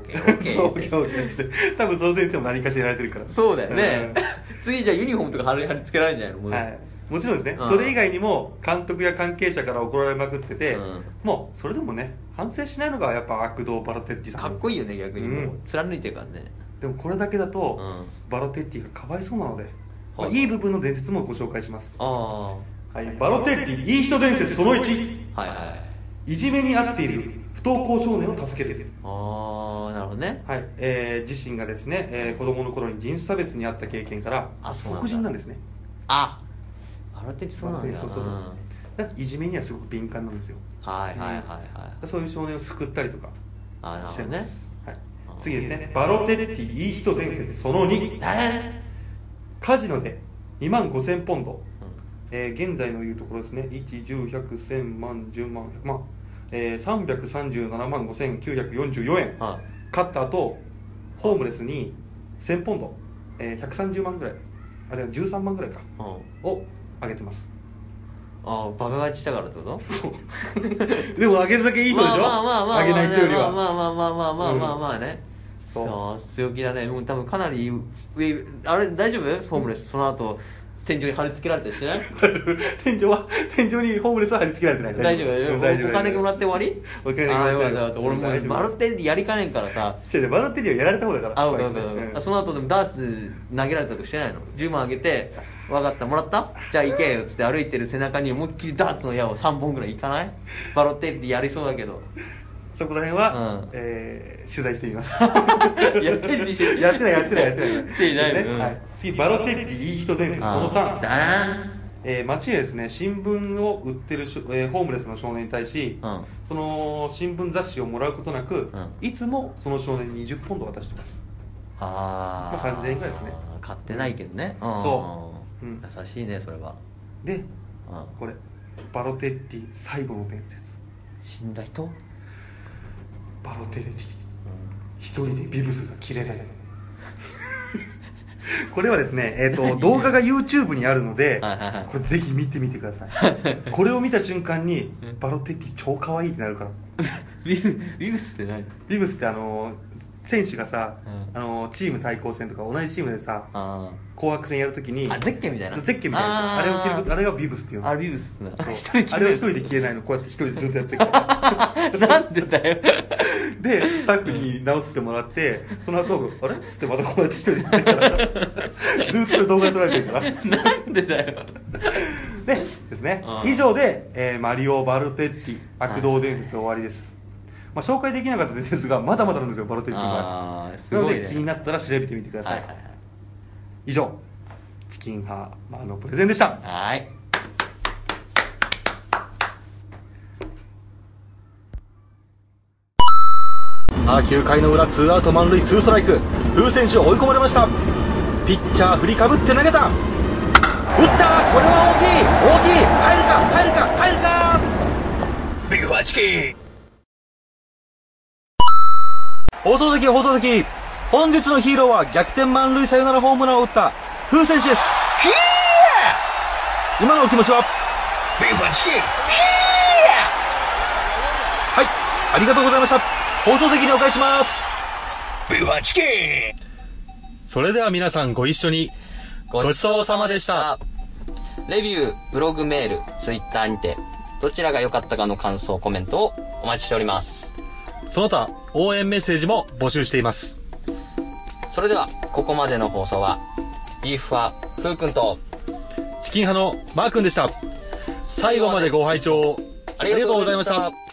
Speaker 2: う
Speaker 1: OKOK
Speaker 2: オ」ッケーオッケーっつって多分その先生も何かしらやられてるから
Speaker 1: そうだよね
Speaker 2: うん
Speaker 1: 次じゃあユニフォームとか貼り貼り付けられるんじゃないのもう
Speaker 2: はい、もちろんですね、
Speaker 1: うん
Speaker 2: それ以外にも監督や関係者から怒られまくってて、
Speaker 1: うん
Speaker 2: もうそれでもね反省しないのがやっぱ悪童バロテッティさん
Speaker 1: かっこいいよね逆にもう
Speaker 2: う
Speaker 1: ん貫いてるからね
Speaker 2: でもこれだけだと、
Speaker 1: うん
Speaker 2: バロテッティがかわいそうなので、まあ
Speaker 1: はい
Speaker 2: いい部分の伝説もご紹介します、
Speaker 1: あ
Speaker 2: はい、バロテッティいい人伝説その1
Speaker 1: あはいはい
Speaker 2: いじめに遭っている不登校少年を助ける
Speaker 1: ああなるほどね
Speaker 2: はいえー自身がですね、えー子供の頃に人種差別にあった経験から
Speaker 1: あそうなんだ
Speaker 2: 黒人なんですね
Speaker 1: あバロテリそうなんだ
Speaker 2: そうそうそ
Speaker 1: ん
Speaker 2: う、だからいじめにはすごく敏感なんですよ
Speaker 1: はいはいはいはい
Speaker 2: そういう少年を救ったりとか
Speaker 1: あなる
Speaker 2: し
Speaker 1: ほ
Speaker 2: て
Speaker 1: ど
Speaker 2: ま
Speaker 1: ね
Speaker 2: す、はい
Speaker 1: あ、ー
Speaker 2: 次ですねバロテッティいい人伝説その2
Speaker 1: え
Speaker 2: カジノで2万5000ポンド、
Speaker 1: ーうん
Speaker 2: えー現在のいうところですね1101001000万10万100万、えー、337万5944円
Speaker 1: は
Speaker 2: 勝った後ホームレスに1000ポンド、えー、130万ぐらいあじゃあ13万ぐらいか
Speaker 1: いうん
Speaker 2: をあげてます
Speaker 1: ああバカ勝ちしたからってこと
Speaker 2: でもあげるだけいい人でしょ
Speaker 1: まあまあまあまあまあ
Speaker 2: あげない人よりは、
Speaker 1: まあまあまあまあまあまあまあまあね、
Speaker 2: そう
Speaker 1: そう強気だねもう多分かなり上あれ大丈夫ホームレスその後天井に貼り付けられたりしてない
Speaker 2: 天井は天井にホームレスは貼り付けられてない
Speaker 1: 大丈夫大
Speaker 2: うん
Speaker 1: 丈夫お金もらって終わり
Speaker 2: お金も
Speaker 1: あ
Speaker 2: ら
Speaker 1: あ
Speaker 2: って
Speaker 1: よ
Speaker 2: 終
Speaker 1: かった
Speaker 2: わり
Speaker 1: よかった俺も
Speaker 2: 大丈
Speaker 1: う
Speaker 2: 夫
Speaker 1: バロテリでやりかねんからさ
Speaker 2: 違う違うバロテリはやられた方だから
Speaker 1: あ、う
Speaker 2: 怖
Speaker 1: か
Speaker 2: いう
Speaker 1: かうか
Speaker 2: うん
Speaker 1: あその後でもダーツ投げられたとかしてないの10万あげて「分かったもらったじゃあ行けよ」っつって歩いてる背中に思いっきりダーツの矢を3本ぐらい行かないバロテリでやりそうだけど
Speaker 2: そこら辺は、
Speaker 1: うん
Speaker 2: えー取材しています
Speaker 1: やってるでしょ
Speaker 2: やってないやってないやってない
Speaker 1: や っていないの
Speaker 2: ね
Speaker 1: うん
Speaker 2: はい、次バロテリいい人伝説その
Speaker 1: だ
Speaker 2: 3、
Speaker 1: な
Speaker 2: えー街へですね新聞を売ってるしょ、えーホームレスの少年に対し、
Speaker 1: うん
Speaker 2: その新聞雑誌をもらうことなく、
Speaker 1: うん
Speaker 2: いつもその少年に20ポンド渡してます
Speaker 1: ああ、
Speaker 2: まあ3000円ぐらいですね
Speaker 1: 買ってないけどね、
Speaker 2: んそ
Speaker 1: うん
Speaker 2: うん
Speaker 1: 優しいねそれは、
Speaker 2: で
Speaker 1: うん、
Speaker 2: これバロテッリ最後の伝説
Speaker 1: 死んだ人、
Speaker 2: バロテレビ一人でビブスが切れない これはですね、え ー、と動画が YouTube にあるので
Speaker 1: はいはいはい
Speaker 2: これぜひ見てみてくださ いこれを見た瞬間にバロテッリ超可愛いってなるから
Speaker 1: ビブビブスって何
Speaker 2: ビブスってあのー選手がさ、
Speaker 1: うん
Speaker 2: あのーチーム対抗戦とか同じチームでさ
Speaker 1: あ
Speaker 2: 紅白戦やるときに
Speaker 1: ーあゼッケンみたいな
Speaker 2: ゼッケンみたいなあれを着ることあれがビブスっていうの
Speaker 1: あれビブスってな
Speaker 2: そう
Speaker 1: 一人
Speaker 2: あれを一人で消えないのこうやって一人でずっとやってるから
Speaker 1: なんでだよ
Speaker 2: でスタッフに直してもらってその後あれ?」っつってまたこうやって一人で行ってからずーっと動画撮られてるからで
Speaker 1: なんでだよ
Speaker 2: ですね
Speaker 1: うん
Speaker 2: 以上で、えーマリオ・バルテッティ悪童伝説終わりです、まあ、紹介できなかった伝説がまだまだあるんですよバルテッティが
Speaker 1: ああす
Speaker 2: なの
Speaker 1: ごい、
Speaker 2: で
Speaker 1: ね、
Speaker 2: 気になったら調べてみてください、
Speaker 1: はいはい
Speaker 2: 以上チキンハーマーのプレゼンでした
Speaker 1: はいはい
Speaker 4: さあ9回の裏ツーアウト満塁ツーストライクルー選手追い込まれましたピッチャー振りかぶって投げた打ったこれは大きい大きい入るか入るか入るかビッグワチキン放送席放送席本日のヒーローは逆転満塁サヨナラホームランを打った風選手です今のお気持ちははいありがとうございました放送席にお返しします
Speaker 2: それでは皆さんご一緒にごちそうさまでした
Speaker 1: レビューブログメールツイッターにてどちらが良かったかの感想コメントをお待ちしております
Speaker 2: その他応援メッセージも募集しています
Speaker 1: それではここまでの放送はビーフはふうくんと
Speaker 2: チキン派のマー君でした。最後までご拝聴ありがとうございました。